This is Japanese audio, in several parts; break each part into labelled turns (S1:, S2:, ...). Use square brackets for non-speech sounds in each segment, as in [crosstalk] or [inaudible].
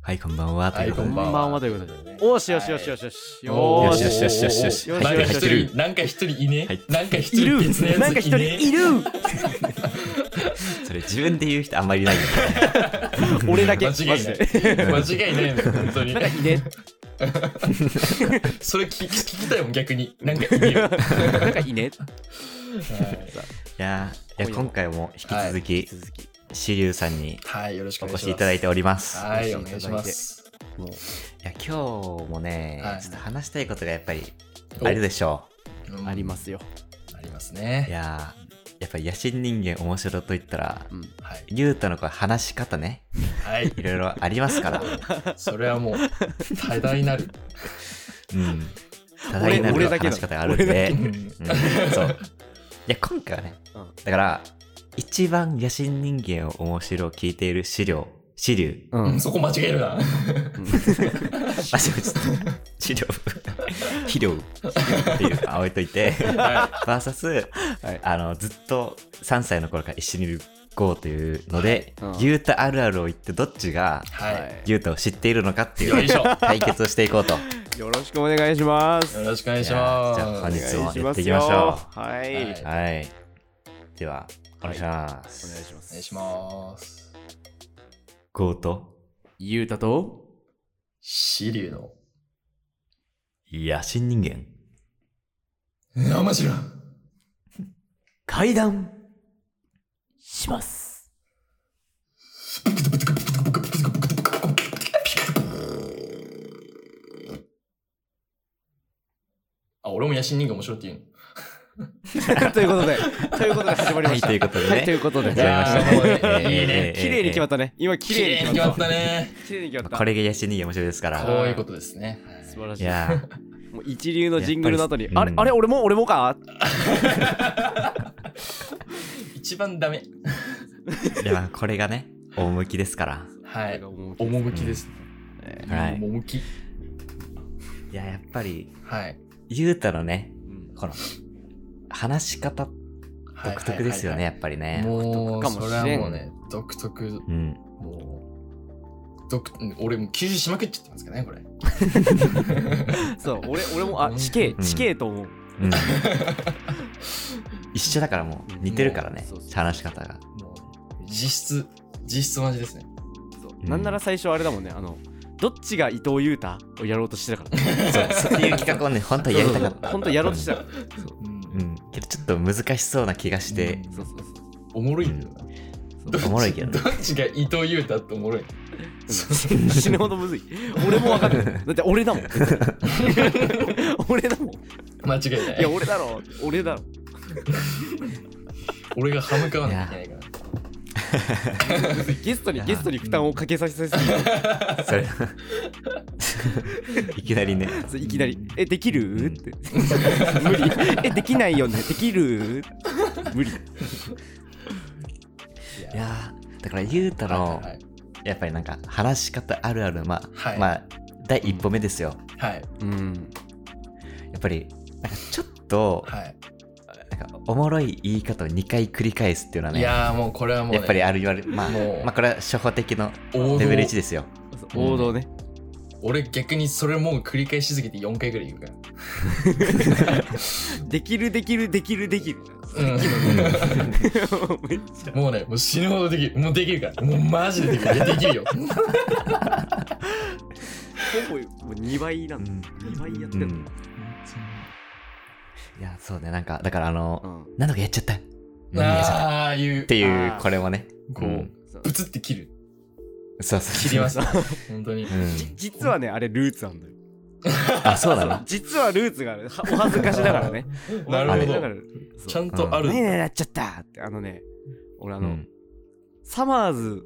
S1: はい、こんばんは。ということで
S2: はいこんばんは
S3: こんばんはということで。おーしよしよしよしよし。
S2: おー
S3: よーし
S1: よしよしよしよし
S2: おー
S3: よ
S2: おー
S3: し
S2: なんか
S3: よしよし
S2: 一人、なんか一人いね
S1: はい。
S2: なんか一
S3: い
S2: 人
S3: る
S2: 別のやつ
S3: なんか一人いる
S1: それ自分で言う人あんまりいないよね。
S3: 俺だけ。
S2: 間
S3: マジ
S2: 違いない
S3: で。。
S2: 間違いないの、本当に
S3: な。んかいね。
S2: [laughs] それ聞き聞きたいもん、逆に。なんかいねよ。はい
S3: なんかいね。
S1: いやーいや今回も引き続
S3: 引
S1: き
S3: き、続き。
S1: シリュウさんに
S2: はい、よろし
S1: お
S2: くお願い
S1: 越
S2: します。
S1: しいただいております。
S2: はい、お願いします。
S3: もう
S1: いや、今日もね、
S2: はい。
S1: ちょっと話したいことがやっぱりあるでしょ
S3: ありますすよ。
S2: あります
S1: う。い
S2: ね。
S1: やーやっぱり野心人間面白と言ったら、
S3: うん。
S2: はい。
S1: ゆうたのこう話し方ね、
S2: はい。
S1: いろいろありますから。
S2: それはもう、多大なる。
S1: うん。多大なる
S3: 俺だけ
S1: 話
S3: なの
S1: し方があるんで
S2: う。ん
S1: うんそう。いや、今回はね、
S3: うん
S1: だから、一番野心人間を面白を聞いている資料、資料。
S3: う
S2: うんん。そこ間違えるな。
S1: あ、すいません。資料。肥料。っていうのは置いといて、
S2: は
S1: バーサス、
S3: はい
S1: あの、ずっと3歳の頃から一緒にいるこうというので、
S3: はいうん
S1: ゆうたあるあるを言ってどっちが
S2: は
S1: ゆうたを知っているのかってい
S2: い。よいうしょ。よ
S1: [laughs] 対決をしていこうと。
S3: よろしくお願いします。
S2: ろしくお願いし
S1: いや
S2: ま
S1: ー
S2: す。
S1: じゃあ本日もやっていきまし
S3: よ
S1: ょ
S3: は
S2: はい
S3: い。
S2: お願いし
S1: う。はい。では、お願いしま
S3: お願い
S1: す。
S3: しま
S2: お願い
S3: す。
S2: します。
S1: ゴーと
S3: ゆうたと、
S2: シリュウの。
S1: 野心人間。
S2: あ、マジか。
S3: 会談、します。
S2: あ、俺も野心人間面白いって言うの。
S3: ということで、ということで始まり
S1: は
S3: ま
S1: い、
S3: した。
S1: ということでね。
S3: はいということで
S1: 始まりました
S2: いやーもう
S1: ね。
S2: ねいいね
S1: えー
S3: 綺麗に決まっ。たね。今、綺
S2: 綺
S3: 麗
S2: 麗
S3: に
S2: に
S3: 決
S2: 決
S3: ま
S2: ま
S3: っ。
S2: ったたね。
S3: 綺麗に決まった。
S1: これが野心人間面白いですから。
S2: こういうことですね。
S3: 素晴らし
S1: い
S3: い。
S1: や
S3: もう一流のジングルの後に
S1: やっ、ぱ
S3: あ
S1: り
S3: れ
S1: う、ん
S3: あれ、俺も、俺もか
S2: 一番ダメ。
S1: [laughs] ー、いやまあこれがね、大向きですから。
S2: はい。
S3: 思うけど
S2: 趣です。
S1: はい。
S2: 趣。
S1: いや、やっぱり、
S2: はい。
S1: ゆうたのね、
S3: うん
S1: この、話し方
S2: はい
S1: 独特ですよね、。やっぱり
S2: はいはい
S1: ね。
S2: もう、
S3: 独特かも
S2: そ
S3: し
S2: れ
S3: れん
S2: はもうね、独特。
S1: うん。 [laughs]
S2: もう、独俺もう吸収しまくっちゃってますからね、これ。
S3: そう、俺、俺も、あ、地形
S1: う、ん
S3: 地形と思う。
S1: うん一緒だからもう、似てるからね
S3: そうそう、
S1: 話し方が。
S2: もう、実質、実質同じですね。
S3: そう
S1: うん
S3: なんなら最初あれだもんね、あの、どっちが伊藤優太をやろうとしてた [laughs] から。
S1: そうっていう企画をね、本当はやりたかった。
S3: 本当やろうとしてたから。
S2: うん
S1: うん。うん。けどちょっと難しそうな気がして、
S3: そうそうそう。
S2: おもろいんだよな。どっち
S1: おもろいけどね
S2: どっちが伊藤優太っておもろい。
S3: 死ぬほどむずい。俺もわかんない。だって俺 [laughs] だもん。俺だもん。い
S2: 間違いない。
S3: や、俺だろ。俺だろ。
S2: 俺が歯向かわなきゃいけないか
S3: ゲストに、ゲストに負担をかけさせさせて
S1: それ [laughs] いきなりね。
S3: そういきなり。え、できる、
S1: うん
S3: って。無理。え、できないよね。できる無理。
S2: ら。
S1: いやーだからゆうた
S2: はい
S1: の、やっぱりなんか話し方あるある、まあ、
S2: はい
S1: まあ、第一歩目ですよ。
S2: はい
S3: うん。
S1: やっぱり、なんかちょっと、
S2: はい。
S1: なんかおもろい言い方を2回繰り返すっていうのはいね、や
S2: やーもうこれはもうね、
S1: っぱりある言われ、まあ、
S2: もう
S1: まあこれは初歩的の
S2: 王
S1: レベル
S2: 道
S1: 1ですよ。
S3: 王道ね。
S2: 俺逆にそれもう繰り返しすぎて4回ぐらい言うから。
S3: できる、できる、できる、できる。 [laughs] めっちゃ。
S2: もうね、もう死ぬほどできる。もうできるから。もうマジでできる。いやできるよ。
S3: ほぼもう2倍な
S1: うん
S3: だ。
S1: ん
S3: 2倍やっ
S1: う
S3: て
S1: ん
S3: る。
S1: いや、そうね、なんか、だからあの、
S3: うん。
S1: なんとかやっちゃった。うんやっちゃったっ
S2: ああいう、
S1: てい
S3: あ
S1: う、
S3: ー
S1: これもね、
S2: こ
S1: う、
S2: うん
S3: そう
S2: ブツって切る。
S1: そうそうそう。
S2: 切ります。本当に。
S1: うん、
S3: 実はね、あれルーツなんだよ。
S1: あ、そうだな。
S3: [laughs] 実はルーツがある。はお恥ずかしながらね。
S2: [laughs] なるほ
S3: だ
S2: ど
S3: から。
S2: ちゃんとある。
S3: 何々やっちゃったって、あのね、俺あ
S1: あ
S3: の、サマーズ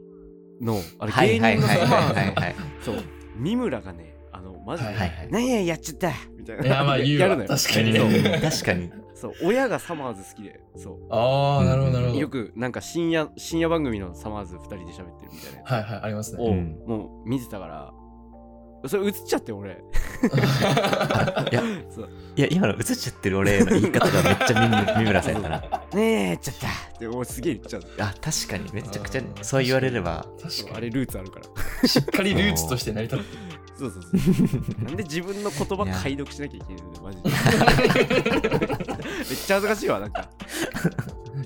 S3: の、あ
S1: は
S3: れ
S1: いは
S3: 芸
S1: い
S3: 人の
S1: はい
S3: サマ
S1: はいは
S3: ー
S1: いはい。
S3: ズの、そう、三村がね、あの、マジ
S2: は
S3: で
S2: い、
S1: はいはい
S3: 何々やっちゃったみたいな。
S2: いやまあ言うわ
S3: るのよ。
S2: 確かに
S3: そう
S2: ね。
S1: うん確かに。
S3: そう、親がサマーズ好きで、そ
S2: ああ、なるほど、なる
S3: う、
S2: ほ
S3: よ
S2: ど。
S3: くなんか深夜、深夜番組のサマーズ二人で喋ってるみたいなや
S2: はいはい、あります [laughs]
S3: つ
S2: ね。
S3: を、
S1: うん
S3: もう見てたから、それ映っちゃって俺。 [laughs]
S1: いや
S3: そう、
S1: いや今の映っちゃってる俺の言い方がめっちゃ三村三村さんやったな。
S3: ねえちゃったでもすげえ言っちゃう
S1: あ確かにめちゃくちゃ
S2: あー
S1: そう言われれば
S2: 確
S3: あ
S2: か
S3: れルーツあるから
S2: にしっかりルーツとして成り立ってる
S3: そうそうそう [laughs] なんで自分の言葉解読しなきゃいけないのマジ [laughs] でめっちゃ恥ずかしいわなんか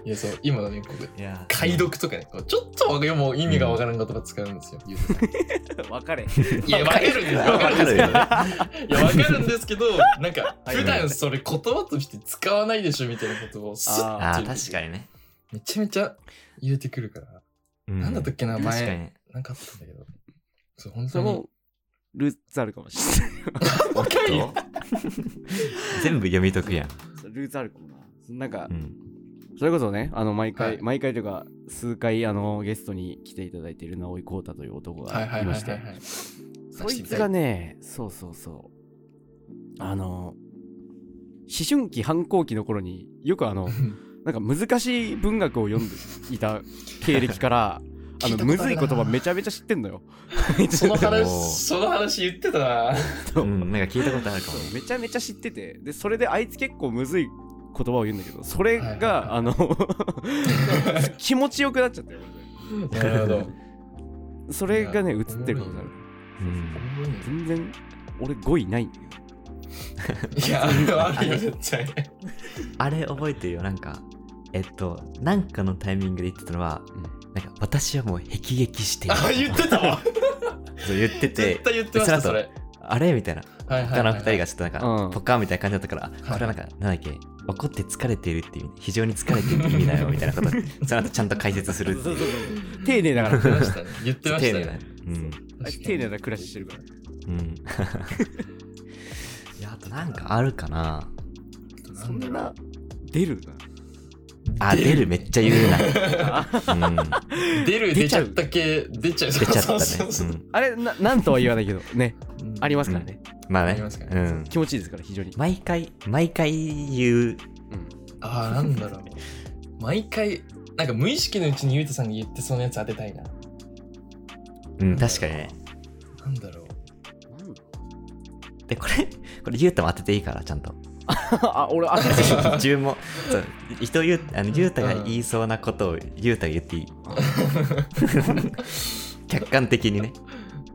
S2: いやそう今のねこう
S1: いや
S2: 解読とかねこうちょっとでも意味がわからん言葉使うんですよ、ゆうとさん
S3: 別れ
S2: いやわかるんですよわ
S1: わか
S2: かるんで
S1: る
S2: す
S1: よね
S2: よいやわかるんですけどなんか
S3: はい
S2: 普段それ言葉として使わないでしょみたいなことをスッ
S3: あ
S1: あ
S2: ー
S1: ー確かにね、
S2: めちゃめちゃ入れてくるから、
S1: うん
S2: なんだったっけな
S1: 確か
S2: 前
S1: に
S2: なんかあったんだけどそう本
S3: そ
S2: 当
S3: れ
S2: に
S3: もルーツあるかもしれない
S1: おっと [laughs] 全部読み解くやん、
S3: そうルーツあるかもなそのなんか、
S1: うん、
S3: それこそねあの毎回、
S2: はい
S3: 毎回というか数回あのゲストに来ていただいている直井浩太という男
S2: はいは
S3: が
S2: いはい
S3: いま
S2: はい
S3: して
S2: はい
S3: そいつがねそうそうそうあの思春期反抗期の頃によくあのなんか難しい文学を読んでいた経歴からあ
S2: [laughs] 聞
S3: の
S2: いたことあるな
S3: むずい言葉めちゃめちゃ知ってんのよ
S2: [laughs] その
S1: おー
S2: 話
S3: [laughs]
S2: その話言ってたな
S3: そう
S1: うん、なんか聞いたことあるかも
S3: そうめちゃめちゃ知っててでそれであいつ結構むずい言葉を言うんだけどそれが、
S2: はいはいはい
S3: あの [laughs] 気持ちよくなっちゃったよ
S2: なるほ
S3: [laughs]
S2: ど
S3: 俺それがね映ってることになる
S1: うん、
S3: 全然俺語彙ないんだよ
S2: いやあれはあるよ絶対
S1: あれ覚えてるよなんかえっとなんかのタイミングで言ってたのは、
S3: うん
S1: なんか私はもう辟易している
S2: あ言ってたわ
S1: そう言ってて
S2: 絶対言ってました
S1: そ
S2: そ
S1: の後
S2: れ
S1: あれみたいな
S2: はいはい
S1: 他
S2: は
S1: の
S2: い
S1: 二人がちょっとなん
S3: うん
S1: かポカーみたいな感じだったから、
S2: い
S1: これはなんかなんだっけ怒って疲れているっていう意味非常に疲れているって意味だよみたいな
S2: [laughs]
S1: ことその後ちゃんと解説するっていう
S3: 丁寧だから
S2: 言ってましたね言ってまし
S1: 丁寧
S2: たね
S1: なうん
S3: あいつ丁寧な暮らししてるから
S1: うんいやあとなんかあるかな
S3: そんな出る
S1: あ出るめっちゃ言う
S3: な
S1: な、うん、
S2: 出る
S3: 出
S2: 出
S3: ち
S2: ち
S3: ゃ
S2: ゃ
S3: う
S2: った系出ちゃう
S1: 出ちゃった
S2: そう
S1: ね
S2: そうそう
S1: うん
S3: あれななんとは言わないけどねありますからね、
S1: まあ
S2: あ
S1: ね
S2: りますか
S1: う
S2: ね
S1: ん
S3: 気持ちいいですから非常に、
S1: 毎回毎回言う
S3: うん [laughs]
S2: あーなんだろう毎回なんか無意識のうちにゆうたさんが言ってそうなやつ当てたいな
S1: うん確かにね
S2: なんだろう
S1: でこれこれゆうたも当てていいからちゃんと
S3: あ俺当ててる
S1: 自分もそう人ゆうあのゆうたが言いそうなことをゆうたが言っていい客観的にね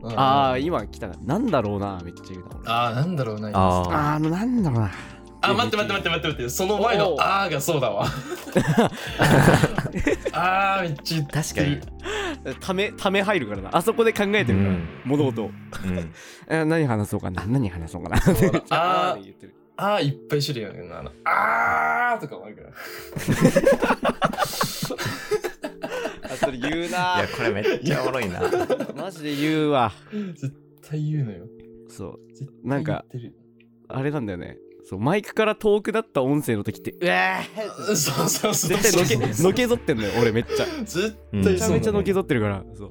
S3: あ
S2: あ
S3: あ今来たななんだろうなめっちゃ言うな俺
S2: あーなんだろうなあ
S1: あ
S3: あのなんだろうな
S2: あ待って待って待って待って待ってその前の
S3: おー
S2: あーがそうだわあーめっちゃ言っ
S1: あ確か
S2: て
S1: に
S2: る
S3: ためため入るからなあそこで考えてるから、
S1: うん
S3: 物事を
S1: うん
S3: え何話そうかな何話そうかな
S2: う
S3: [laughs]
S2: だあー
S3: で言ってる
S2: あーいっぱい種類あるよなあのあーとかもあるから
S3: あそれ言う
S1: い
S3: な
S1: やこれめっちゃおもろいな
S3: マジで言うわ
S2: 絶対言うのよ
S3: そう
S2: 絶対
S3: なんか
S2: 言って
S3: あれなんだよねそうマイクから遠くだった音声の時ってうわー
S2: るそうそうそう
S3: 絶対の
S2: [laughs] そう
S3: け
S2: そう
S3: のけぞってんのよ俺めっちゃめ
S2: 絶
S1: うん
S2: 対
S3: ちゃ
S2: そう
S3: めちゃのけぞってるからそう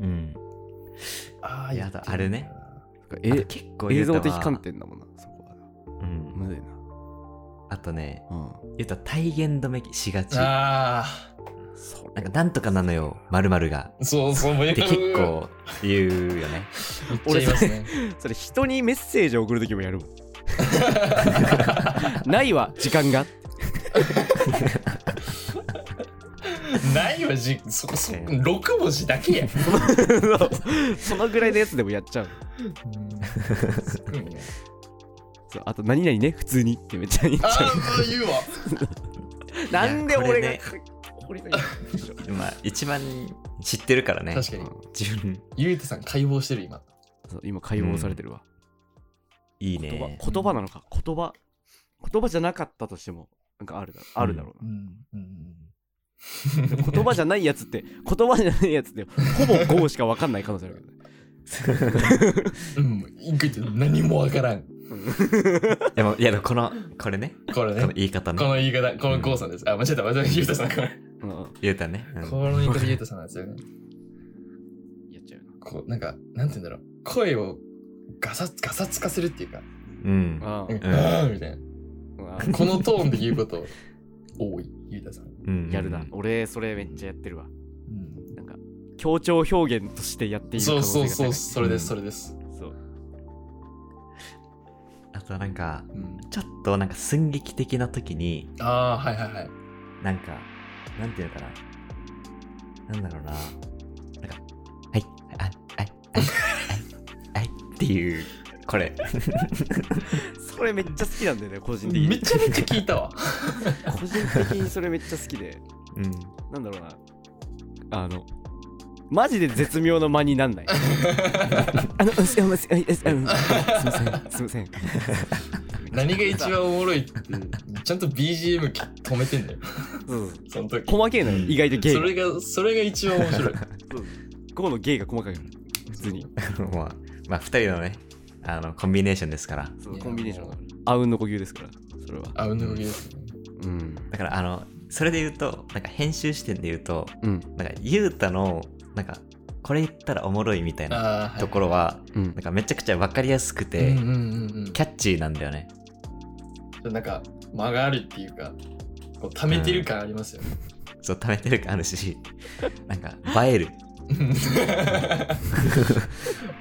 S2: うん
S1: うん
S2: あー
S1: いや
S2: 言ってる
S1: あれね
S3: え
S1: あと結構ゆ
S3: 映
S1: うたは
S3: 像的観点だもんなそこは
S1: うん
S3: むずいな
S1: あとね
S3: うん
S1: ゆうた体言止めしがちな
S2: ああ
S3: そ
S1: んかなんとかなのよまるまるが
S2: そうそう、もう
S1: って結構言うよね
S2: 言っちゃいますね。
S3: それ人にメッセージを送るときもやるもんないわ時間が
S2: ないわ、じそこそこ、6文字だけや。
S3: そのぐらいのやつでもやっちゃう
S2: すごいね
S3: そうあと何々ね普通にってめっちゃ言っち
S2: あ
S3: ゃ
S2: あ、もう言うわ。
S3: うなんで俺が、
S1: いや
S3: 俺が言うでしょ
S1: まあ一番知ってるからね
S2: 確かに。
S1: 自分
S2: ゆうたさん解放してる、今。
S3: そう今解放されてるわ、
S1: いい
S3: 言葉
S1: ね
S3: 言葉なのか言葉言葉じゃなかったとしてもなんかあるだろうあるだろうな、言葉じゃないやつって言葉じゃないやつってほぼ5しか分かんない可能性あるけどね
S2: うん、いくって何もわからん。
S1: でもいやでもこのこれね
S2: これ
S1: この
S2: ね。
S1: 言い方
S2: こ
S1: ね
S2: の言い方、この郷さんです。あ、間違えた、間違えた、ゆうたさん、これ。
S3: うんう
S1: ゆうたねうん
S2: この言い方、ゆうたさんなんですよね。
S3: んやっちゃう
S2: こう、なんか、なんて言うんだろう。声をガサガサつかせるっていうか、
S1: うん
S3: なあ
S2: うん、あーみたい
S3: あ
S2: な。このトーンで言うこと、多い、ゆうたさん。
S1: うん
S3: やるな俺それめっちゃやってるわ
S2: うん
S3: なんか強調表現としてやっている可
S2: そ
S3: 能
S2: う
S3: 性が
S2: そう
S3: 高い
S2: そう、それです、
S1: う
S2: それです。
S3: そう
S1: あとなんか
S2: うん、
S1: ちょっとなんか寸劇的な時に
S2: ああーはいはいはい
S1: なんかなんていうのかななんだろうななんかはいはいはいはいはいはいっていうこれ
S3: それめっちゃ好きなんだよね個人的
S2: め
S3: に
S2: ちゃめちゃ聞いたわ
S3: 個人的にそれめっちゃ好きで
S1: うん
S3: なんだろうなあのマジで絶妙の間になんない
S2: [laughs]
S3: あのうんすいませんうんすいませんすいません
S2: 何が一番おもろいってちゃんと BGM き止めてんだよ
S3: そうそう
S2: その時
S3: 細けえのよ意外と芸
S2: そ
S3: が
S2: れがそれが一番面白い
S3: ここの芸が細かいから普通に
S1: まあまあ2人のねあのコンビネーションですから
S3: そ
S2: いうや
S3: コンビネーションがあうんの呼吸ですからそれは
S2: あうんの呼吸ですね
S3: うん
S1: だからあのそれで言うとなんか編集視点で言うと
S3: うん
S1: なんかゆうたのなんかこれ言ったらおもろいみたいな
S2: ああ
S1: ところは
S3: うん
S1: なんかめちゃくちゃ分かりやすく
S2: はい、
S1: て
S2: うんうんうん
S1: キャッチーなんだよね
S2: うんなんか間があるっていうかこう溜めてる感ありますよね、
S1: そう溜めてる感あるしなんか映える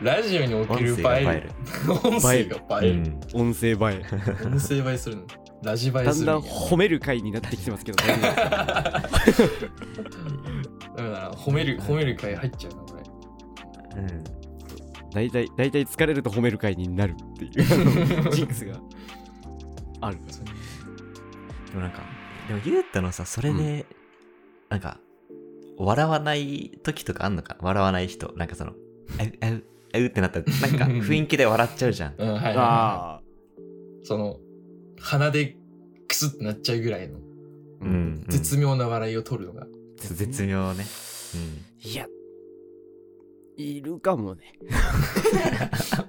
S2: ラジオにお
S1: 音
S2: ける映
S1: 声が映える
S2: える音声が映え
S1: う
S2: る
S1: ん
S3: 音声映え
S2: 音声映えするのラジ映え
S3: だ
S2: する
S3: んだん
S2: や
S3: 褒める回になってきてますけど大丈夫です
S2: だから褒める褒める回入っちゃうなこれ
S1: うん
S3: 大体大体疲れると褒める回になる [laughs] っていうジンクスがあるから
S1: でもなんかでもゆうたのさそれでなんか笑わない時とかあんのか笑わない人なんかそのあうあうあうってなったらなんか雰囲気で笑っちゃうじゃん
S2: うんはいはい、は
S3: ああ
S2: い、その鼻でクスってなっちゃうぐらいの
S1: うん、うん、
S2: 絶妙な笑いを取るのが、
S1: 絶妙ねうん
S3: いやいるかも [laughs] ね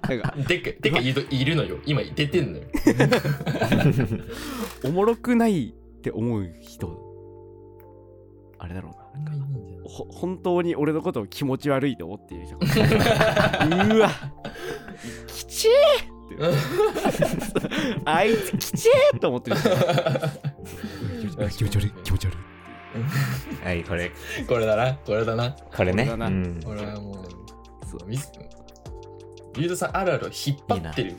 S3: なんか
S2: でっかでっかいるいるのよ今出てんのよ
S3: おもろくないって思う人あれだろうなほ本当に俺のことを気持ち悪いと思ってい [laughs] る人うわきち [laughs] えってあいつきちえと思ってる人 [laughs] 気持ち悪い気持ち悪い
S1: はいこれ
S2: [laughs] これだなこれだな
S1: これね
S3: これだな
S1: うん
S2: 俺はもうそう水ゆうとさんあるあるを引っ張ってる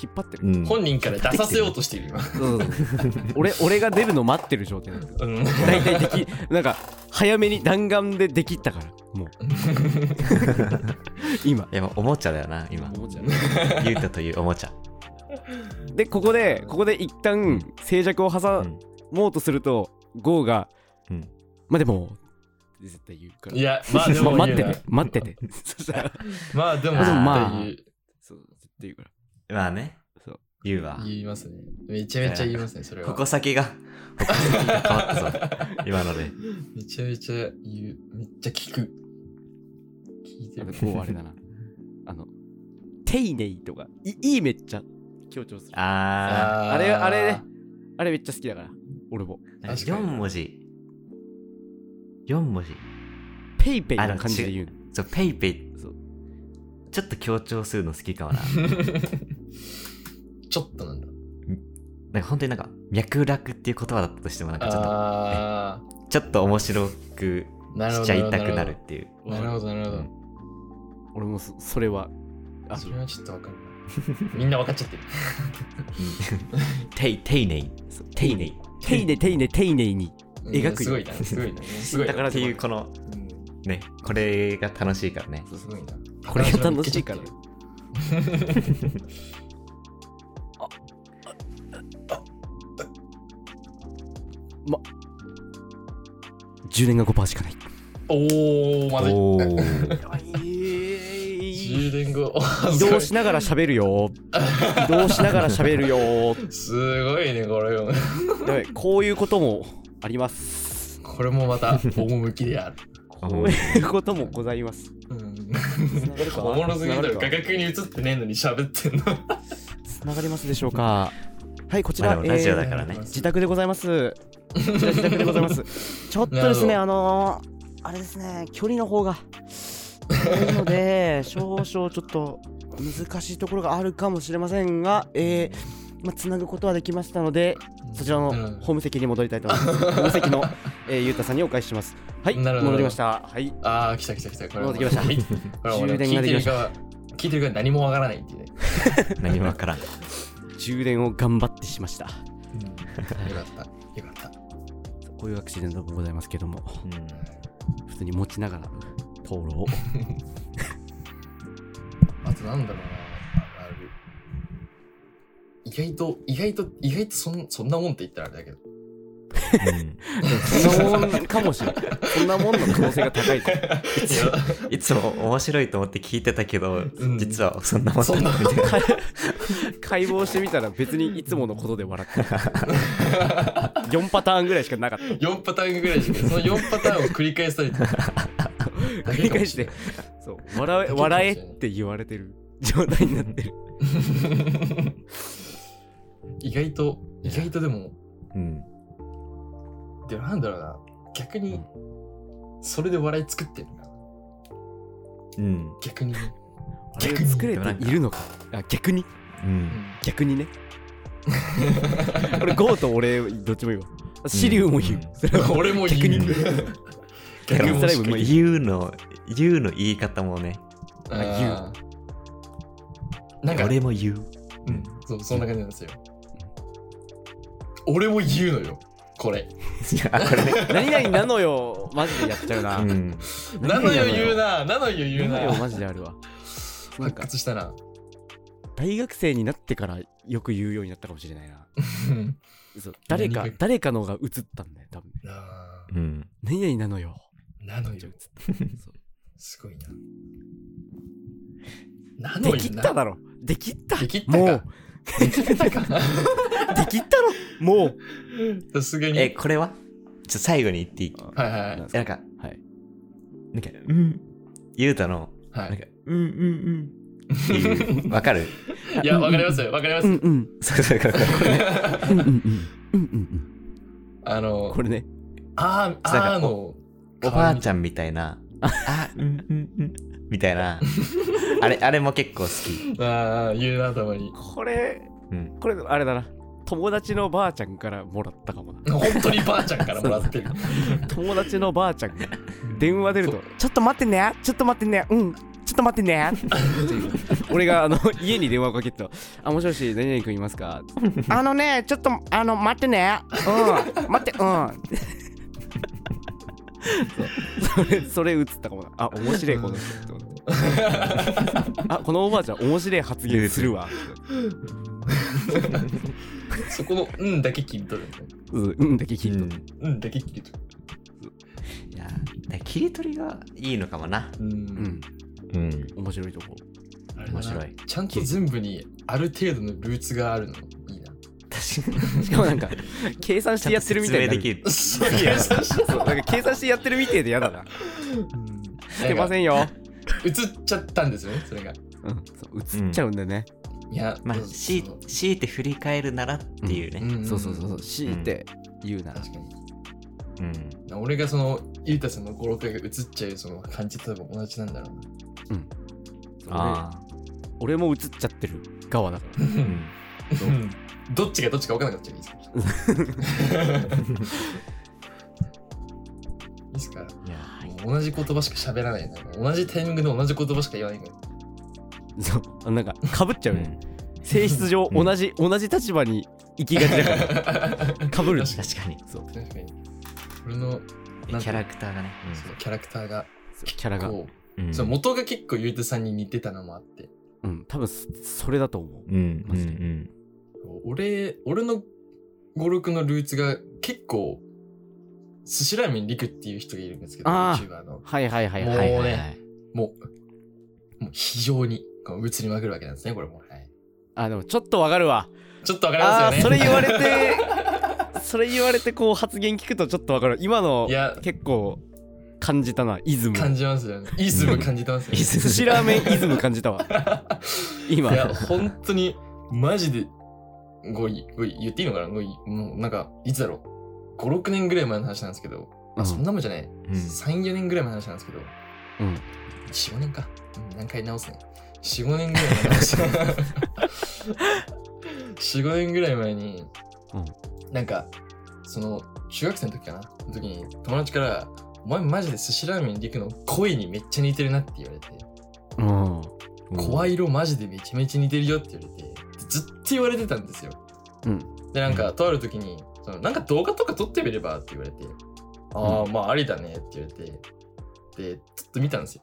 S3: 引っ張ってる、
S1: うん
S2: 本人から出させようとしてる今
S3: そうそうそう俺俺が出るの待ってる状態なんだよ
S2: うん
S3: 大体できなんか早めに弾丸でできったからもう [laughs] 今
S1: いやもうおもちゃだよな今
S3: おもちゃ
S1: ゆうたというおもちゃ
S3: でここでここで一旦静寂を
S1: う
S3: 挟
S1: ん
S3: もうとするとゴーが
S1: うん
S3: 「まあでも」って絶対言うから
S2: いやまあでも
S3: まあ [laughs] 待
S2: 言
S3: っ
S2: うな
S3: てて待ってて [laughs] そしたら
S2: まあでも
S1: あ
S2: 絶
S1: でも
S2: 対
S3: まあ
S2: 言う
S3: そう絶対言うから
S1: まあね
S3: そう
S1: ゆうは
S2: 言いますねめちゃめちゃ言いますねそれは
S1: 矛先が矛先が変わっ
S2: [laughs]
S1: たぞ今ので
S2: めちゃめちゃ言うめっちゃ聞く聞いて
S3: あ
S2: る
S3: とゴーあ
S2: [laughs]
S3: れだなあの「丁寧」とか「いいい」めっちゃ強調するあ
S1: あ
S3: あれあれねれめっちゃ好きだから俺も
S1: あ
S2: 確かに
S1: 4文字4文字
S3: 「ペイペイ」な感じで言うの
S1: そうペイペイ
S3: そう
S1: ちょっと強調するの好きか
S2: [laughs]
S1: もな
S2: [laughs] ちょっとなんだ
S1: なんか本当になんか脈絡っていう言葉だったとしてもなんかちょっと
S2: ああ
S1: ちょっと面白く
S2: なるほ
S1: し
S2: ど
S1: ちゃいたくなるっていう
S2: なるほどなるほど
S3: 俺もそそれはあ
S2: それはちょっとわかる
S3: [laughs]
S2: なみんなわかっちゃってる
S1: うんてい丁寧丁寧
S3: 丁寧丁寧丁寧に
S2: うん
S3: [laughs] 描くよ
S2: すごいなすごいなすごいな
S1: だからっていうこの
S2: うん
S1: ねこれが楽しいからね
S2: すごいな
S3: これが楽しいから10年が5%しかない
S2: おおまずい
S1: おー
S2: [laughs]
S3: 移
S2: 10年後
S3: 動しながら喋るよ移動しながら喋
S2: [laughs]
S3: るよ
S2: [laughs] すごいねこれ
S3: やばいこういうこともあります
S2: これもま
S3: [laughs]
S2: た趣である、
S3: こういうこともござ
S2: [laughs]
S3: います
S2: うん、
S3: 繋がるか
S2: おもろすぎ
S3: 繋が
S2: る
S3: るか
S2: 画角に映ってねえのに喋ってんの [laughs]
S3: 繋がりますでしょうかはいこち
S1: まあ
S3: ら、
S1: でも
S3: え
S1: ラジオ
S3: ー
S1: だからね
S3: 自宅でございますこちら自宅でございますちょっとですね
S2: な
S3: あのー、あれですね距離の方が遠いので少々ちょっと難しいところがあるかもしれませんがえーまあ、つなぐことはできましたのでそちらの
S2: うん
S3: ホーム席に戻りたいと思います、ホーム席の、えー、ゆうたさんにお返ししますはい
S2: なるほど
S3: 戻りましたはい
S2: ああ来た来た来たこれ
S3: 戻ってきました
S2: はいこれはもう
S3: [laughs] 充電
S2: 聞い
S3: ができ
S2: て
S3: ま
S2: る
S3: した
S2: 側聞いてる側に何もわからないっていうね
S1: 何もわからん。
S3: 充電を頑張ってしました
S2: うんよかった。よかった。
S3: こういうアクシデントもございますけども普通に持ちながら灯籠を
S2: あとなんだろうな。あある意外と、意外と、意外とそんそんなもんって言ったらあれだけど。
S3: そんなもんかもしれないそんなもんの可能性が高いと
S1: うんいつも面白いと思って聞いてたけど、
S2: ん
S1: 実はそんなもんだ
S2: そんなもん
S1: みたいな
S3: 解剖してみたら別にいつものことで笑ってた4パターンぐらいしかなかった
S2: 4パターンぐらいしか、その4パターンを繰り返されてる。
S3: [laughs] 繰り返してそう笑え笑えって言われてる状態になってる
S2: [laughs] 意外と、意外とでも、
S1: うん。
S2: でもなんだろうな。逆に、それで笑い作ってるな。
S1: うん。
S2: 逆に。
S3: 逆に作れているのかあ逆に
S1: うん。
S3: 逆にね俺ゴーと俺どっちも言うわシリウも言う、
S1: うん
S3: それは
S2: [laughs] 俺も言う。
S1: だか
S2: [laughs] 逆
S1: ら
S2: に
S1: も
S2: も
S1: う
S2: しっかり
S1: 言うの、言うの言い方もね、
S2: あーなんか、
S1: 俺も言 [laughs] う。
S2: うん、そうそんな感じなんですよ。俺も言うのよ、これ。
S1: いや、これね。
S3: 何々なのよマジでやっちゃうな、
S1: [laughs] うん。
S2: なのよ言う
S3: な
S2: な、なのよ言う
S3: なのよ
S2: な。
S3: マジであるわなん
S2: 発
S3: か
S2: 掘した [laughs] な。
S3: 大学生になってからよく言うようになったかもしれないな
S2: うん
S3: そう誰か
S2: 何が
S3: 誰かのが映ったんだよ多分
S2: あ
S1: うん。
S3: 何々なのよ
S2: ーなの
S3: じゃ
S2: よ
S3: 映っ、たそう
S2: すごいな。なのよ
S3: で
S2: な。
S3: きっただろできった
S2: できったか [laughs]
S3: もう
S2: できったか。
S3: できったろもう
S2: さすがに。
S1: え、これはちょ、最後に言っていい
S2: はいはいはい
S3: なんす
S1: な
S3: か
S1: んか、
S3: はい
S1: なんか、うん。ゆうたの、
S2: は
S1: なん
S2: い。
S1: か、うんうんうんっていう。わかる [laughs]
S2: いや、わかりますよ、わかりま
S3: うん
S2: す。
S3: うん
S1: そうそう [laughs] そう。これね
S3: うんうんうんうんうん
S2: [laughs] あ
S3: うん
S2: の
S3: こ、れね
S1: な
S2: あー、
S1: んか
S2: あーの、
S1: おばあちゃんみたいな、あ、うんうんうん、みたいな、あれ、あれも結構好き。
S2: ああ、言うな、たまに。
S3: これ
S1: うん。
S3: これあれだな友達のばあちゃんからもらったかもな
S2: 本当にばあちゃんからもらってる。
S3: 友達のばあちゃんが電話出ると「ちょっと待ってねちょっと待ってねうんちょっと待ってね」俺が [laughs] あの家に電話をかけてたあもしもし何々君います [laughs] か?」あのねちょっとあの待ってねうん待ってうん」そうそれそれ映ったかもなあ面白いこの人って思ってあこのおばあちゃん面白い発言するわ
S2: そこの、うんだけ切り取るんだよ。
S3: うんうんだけ聞いた、
S2: うんだけ切り取る。
S1: いや、だから切り取りがいいのかもな。
S2: う。
S3: うんん
S1: うん。
S3: 面白いとこ
S2: あれだな
S1: 面白い。
S2: ちゃんと全部にある程度のルーツがあるのいいな。
S1: 確かに。
S3: しかも [laughs] なんか計算してやってるみたいにな
S1: で
S3: る
S1: きる。
S2: そう
S1: [laughs]
S3: いやそうなんか計算してやってるみてえでやだな。してま
S2: んか。
S3: せんよ。
S2: 映っちゃったんですよね、それが。
S3: うん、そう映っちゃうんだよね。
S2: いや、
S1: まあ
S2: う、ん
S1: し
S2: そう
S1: 強いて振り返るならっていうね。
S2: ん
S3: そうそうそうそう。強いて言うなら。
S2: 確かに。
S1: うん。
S2: 俺がその、ゆうたさんの語録が映っちゃうその感じと多分同じなんだろうな。
S3: そう
S1: あ
S3: 俺俺も映っちゃってる側だか
S1: あ。うん。
S2: うんどっちがどっちか分からなくなっちゃう。いいですかいいっす
S1: いや、
S2: かもう同じ言葉しか喋らないな。同じタイミングで同じ言葉しか言わないから。
S3: ら。そうあ。なんか被っちゃう
S1: う
S3: ね。
S1: ん
S3: 性質上
S1: うん
S3: 同じ同じ立場に行きがちだから。
S2: か
S3: 被る
S2: 確か
S1: 確かに。
S2: に確かに俺の
S1: キャラクターがね。
S2: そのキャラクターが
S3: キャラが。
S2: こ
S1: うん
S2: う、そう元が結構ゆうてさんに似てたのもあって
S3: うん。多分そそれだと思う。
S1: うん。う
S3: マジで
S1: ん。
S2: 俺俺の語録のルーツが結構寿司ラーメンリクっていう人がいるんですけど
S3: あー
S2: YouTuber の
S3: はいはいはい
S1: うん。
S2: も
S3: は
S2: う
S1: はい
S3: い。
S2: ね
S1: はいはい。
S2: もうもう非常にこう映りまくるわけなんですねこれも、はい、
S3: あでもちょっとわかるわ。
S2: ちょっとわかり
S3: あ
S2: ま
S3: あ
S2: すよ
S3: ー
S2: ね
S3: それ言われてそれ言われてこう発言聞くとちょっとわかる。今の
S2: いや
S3: 結構感じたなイズム。
S2: 感じますよねイズム感じてますよね
S1: いず
S3: 寿司ラーメンイズム感じたわ今
S2: いや、本当に、マジで、ごい、ごい、言っていいのかなごい、もうなんか、いつだろう。5、6年ぐらい前の話なんですけど、あ、そんなもんじゃない。
S1: うん
S2: 3、4年ぐらい前の話なんですけど、
S3: うん
S2: 4、5年か。うん何回直すね。4、5年ぐらい前の
S3: [laughs]
S2: 話。4、5年ぐらい前に、なんか、その、中学生の時かなの時に、友達から、お前マジで寿司ラーメン陸の声にめっちゃ似てるなって言われて、
S3: うん
S2: 声色マジでめちゃめちゃ似てるよって言われてずっと言われてたんですよ
S3: うん
S2: でなんかとある時にそのなんか動画とか撮ってみればって言われてああまあありだねって言われてでちょっと見たんですよ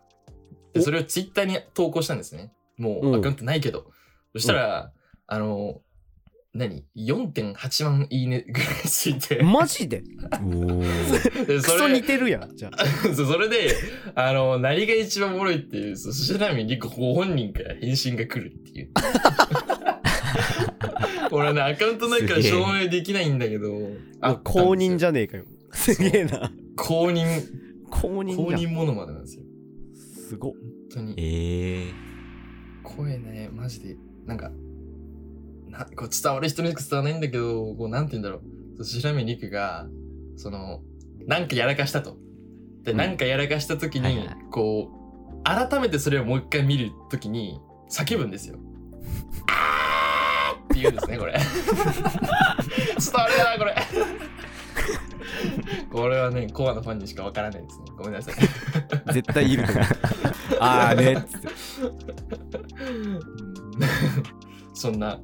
S2: で
S3: お
S2: それをツイッターに投稿したんですねも
S3: うん
S2: うアカウントないけどそしたらあの何4.8万いいねぐらいついて
S3: マジで
S1: お
S2: で
S3: ク
S2: そ
S3: ソ似
S2: れ
S3: てるやんじゃあ
S2: [laughs] そうそれであの何が一番おもろいっていうそうそしたらにご本人から返信が来るっていう
S1: [laughs]
S2: 俺はねアカウントないから
S1: すげえ
S2: 証明できないんだけど
S3: あ公認じ
S2: ゃ
S3: ゃねえかよすげえな
S2: 公認
S3: 公認
S2: 公
S3: じゃん
S2: 認ものまでなんですよ
S3: すごっ
S2: 本当に
S1: ええ
S2: 声ねマジでなんかなこう伝わる人にしか伝わらないんだけどこうなんて言うんだろうそう白目陸がそのなんかやらかしたとで、
S3: うん
S2: なんかやらかした時に、
S1: はいはい
S2: こう改めてそれをもう一回見る時に叫ぶんですよ [laughs] あーって言うんですねこれ [laughs] 伝わるなこれ [laughs] これはねコアのファンにしかわからないですねごめんなさい
S3: 絶対いると思う [laughs] ああねっつって
S2: そんな、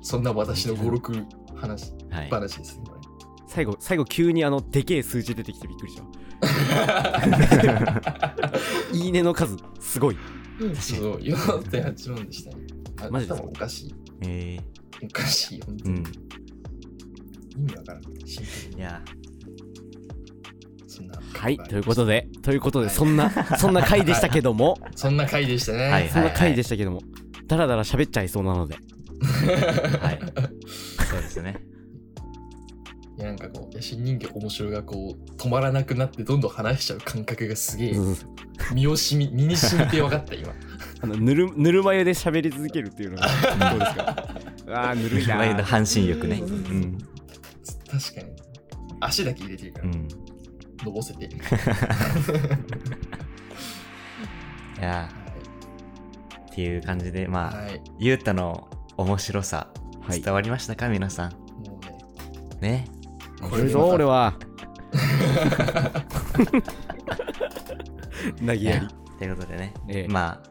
S2: そんな私の語録話、
S1: ー、はい。
S2: 話ですね、こ
S3: 最後最後急にあのでけえ数字出てきてびっくりしたいいねの数すごい
S2: れ。そう、4.8万でしたね。あ
S3: マジですか
S2: 頭おかしい。
S1: ええ
S2: おかしい、本当
S1: う
S2: に。
S1: ん。
S2: 意味わからない。シンプルに
S1: いや、
S2: そんな。
S3: はいということ。でということでそんなそんな回でしたけども
S2: そんな回でしたね。
S1: はい
S3: そんな回でしたけどもだらだら喋っちゃいそうなので
S2: [laughs]
S1: はい。そうですね。
S2: いや、なんかこう、野心人形面白がこう、止まらなくなってどんどん話しちゃう感覚がすげえ、身をしみ、
S3: [laughs]
S2: 身にしみて分かった、今。
S3: あのぬるぬるま湯で喋り続けるっていうのがどうです [laughs] かああぬるい
S1: 前の
S3: な
S1: 半身浴ね。うん。
S2: 確かに。足だけ入れてるか
S1: う
S2: ら、
S1: ん。
S2: のぼせ
S3: [laughs]
S2: て。
S1: いやー、っていう感じで、まあ、
S2: はい。
S1: ゆうたの面白さ、
S3: はい
S1: 伝わりましたか、皆さん。
S2: もうね。
S1: ね。
S2: こ
S3: これぞ俺
S2: は。
S3: [laughs] は投げやり
S1: ということでね、
S3: ええ
S1: まあ、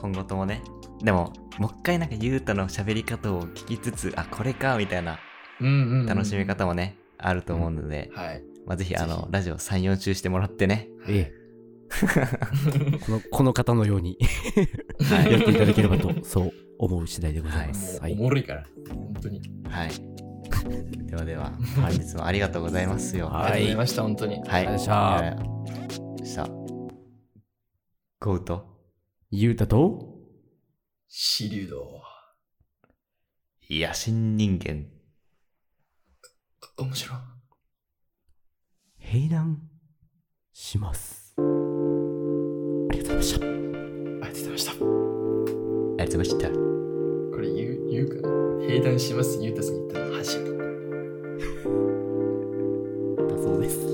S1: 今後ともね、でも、もう一回なんかゆうたの喋り方を聞きつつ、あ、これか、みたいな
S2: うんうんうん。
S1: 楽しみ方もね、あると思うので、
S2: はい。
S1: まあ、ぜひ、あ
S2: ぜ
S1: の、ラジオ3、4中してもらって
S3: [laughs]
S1: ね。
S3: ええこのこの方のように
S1: はい
S3: やっていただければとそう思う次第でございます、は
S2: もうお
S3: い、
S2: もろいから、本当に。
S1: はい。ではでは、本日もありがとうございますよ。
S2: ありがと
S3: は
S2: うござ
S3: い
S2: いました、本当に。
S1: はい。
S3: ありがとうござい
S1: した。ゴウと
S3: ゆうたと
S2: シリュウド。
S1: 野心人間。
S2: 面白い。
S3: 閉壇しますありがとうございました
S2: ありがとうございました。
S1: ありがとうございました。
S2: これ言う、言うかな閉壇します、ゆうたさん言ったの初めて。
S3: だそうです